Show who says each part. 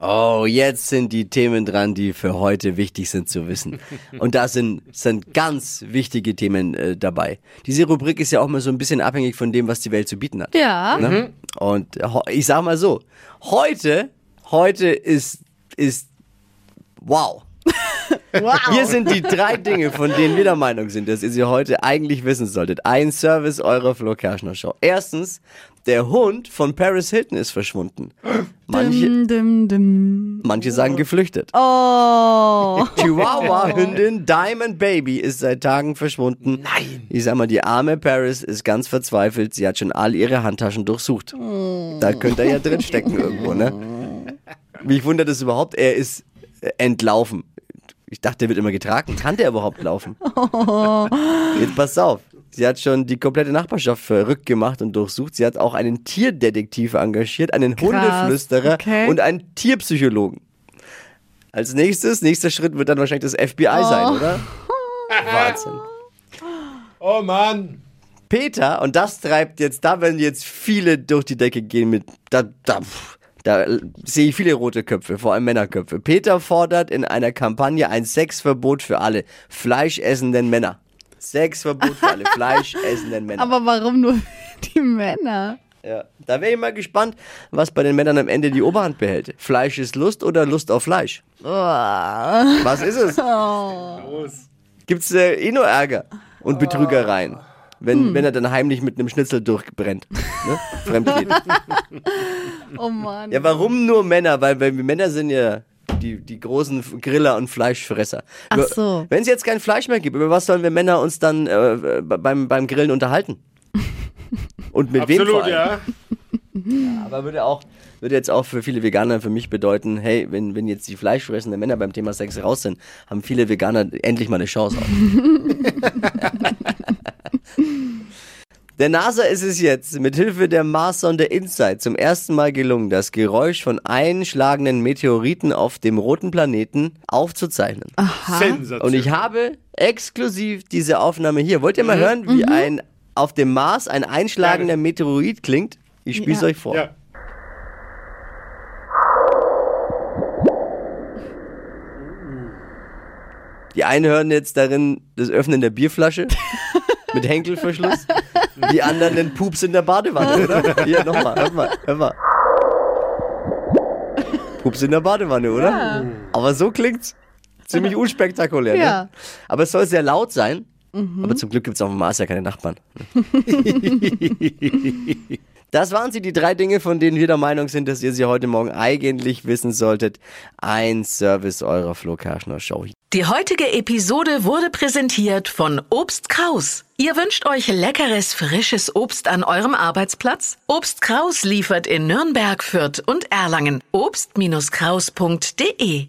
Speaker 1: Oh, jetzt sind die Themen dran, die für heute wichtig sind zu wissen. Und da sind, sind ganz wichtige Themen äh, dabei. Diese Rubrik ist ja auch mal so ein bisschen abhängig von dem, was die Welt zu bieten hat.
Speaker 2: Ja.
Speaker 1: Ne? Und ho- ich sag mal so, heute, heute ist, ist, wow.
Speaker 2: Wow.
Speaker 1: Hier sind die drei Dinge, von denen wir der Meinung sind, dass ihr sie heute eigentlich wissen solltet. Ein Service eurer Flo Kerschner Show. Erstens, der Hund von Paris Hilton ist verschwunden. Manche,
Speaker 2: Dim, dim, dim.
Speaker 1: manche sagen geflüchtet.
Speaker 2: Oh.
Speaker 1: Chihuahua-Hündin Diamond Baby ist seit Tagen verschwunden. Nein! Ich sag mal, die arme Paris ist ganz verzweifelt. Sie hat schon all ihre Handtaschen durchsucht. Da könnte er ja drin stecken irgendwo, ne? Mich wundert es überhaupt, er ist äh, entlaufen. Ich dachte, der wird immer getragen. Kann der überhaupt laufen? Jetzt pass auf. Sie hat schon die komplette Nachbarschaft verrückt gemacht und durchsucht. Sie hat auch einen Tierdetektiv engagiert, einen Hundeflüsterer
Speaker 2: okay.
Speaker 1: und einen Tierpsychologen. Als nächstes, nächster Schritt wird dann wahrscheinlich das FBI sein, oder? Wahnsinn.
Speaker 3: Oh Mann.
Speaker 1: Peter, und das treibt jetzt, da werden jetzt viele durch die Decke gehen mit, da, da, pff, da äh, sehe ich viele rote Köpfe, vor allem Männerköpfe. Peter fordert in einer Kampagne ein Sexverbot für alle fleischessenden Männer. Sexverbot für alle fleischessenden Männer.
Speaker 2: Aber warum nur die Männer?
Speaker 1: ja. Da wäre ich mal gespannt, was bei den Männern am Ende die Oberhand behält. Fleisch ist Lust oder Lust auf Fleisch?
Speaker 2: Oh.
Speaker 1: Was ist es?
Speaker 3: Los.
Speaker 1: Gibt's äh, eh nur Ärger und Betrügereien. Wenn,
Speaker 2: Hm.
Speaker 1: wenn er dann heimlich mit einem Schnitzel durchbrennt. Ne? Fremdgeht.
Speaker 2: Oh Mann.
Speaker 1: Ja, warum nur Männer? Weil, weil wir Männer sind ja die, die großen Griller und Fleischfresser.
Speaker 2: Ach
Speaker 1: Über-
Speaker 2: so.
Speaker 1: Wenn es jetzt kein Fleisch mehr gibt, über was sollen wir Männer uns dann äh, beim, beim Grillen unterhalten? Und mit wem vor
Speaker 3: Absolut,
Speaker 1: allem?
Speaker 3: ja.
Speaker 1: Aber würde auch würde jetzt auch für viele Veganer für mich bedeuten, hey, wenn, wenn jetzt die fleischfressenden Männer beim Thema Sex raus sind, haben viele Veganer endlich mal eine Chance. Auf. der NASA ist es jetzt mit Hilfe der Mars-Sonde InSight zum ersten Mal gelungen, das Geräusch von einschlagenden Meteoriten auf dem roten Planeten aufzuzeichnen.
Speaker 3: Sensation.
Speaker 1: Und ich habe exklusiv diese Aufnahme hier. Wollt ihr mal hören, wie ein auf dem Mars ein einschlagender
Speaker 3: Gerne.
Speaker 1: Meteorit klingt? Ich spiel's
Speaker 2: Ja.
Speaker 1: euch vor.
Speaker 3: ja.
Speaker 1: Die einen hören jetzt darin das Öffnen der Bierflasche mit Henkelverschluss. Die anderen den Pups in der Badewanne, oder? Hier, nochmal, hör mal, hör mal. Pups in der Badewanne, oder? Aber so klingt's. Ziemlich unspektakulär,
Speaker 2: Ja.
Speaker 1: ne? Aber es soll sehr laut sein. Aber zum Glück gibt's auf dem Mars ja keine Nachbarn. Das waren sie, die drei Dinge, von denen wir der Meinung sind, dass ihr sie heute Morgen eigentlich wissen solltet. Ein Service eurer Flo Kerschner Show.
Speaker 4: Die heutige Episode wurde präsentiert von Obst Kraus. Ihr wünscht euch leckeres, frisches Obst an eurem Arbeitsplatz? Obst Kraus liefert in Nürnberg, Fürth und Erlangen. Obst-Kraus.de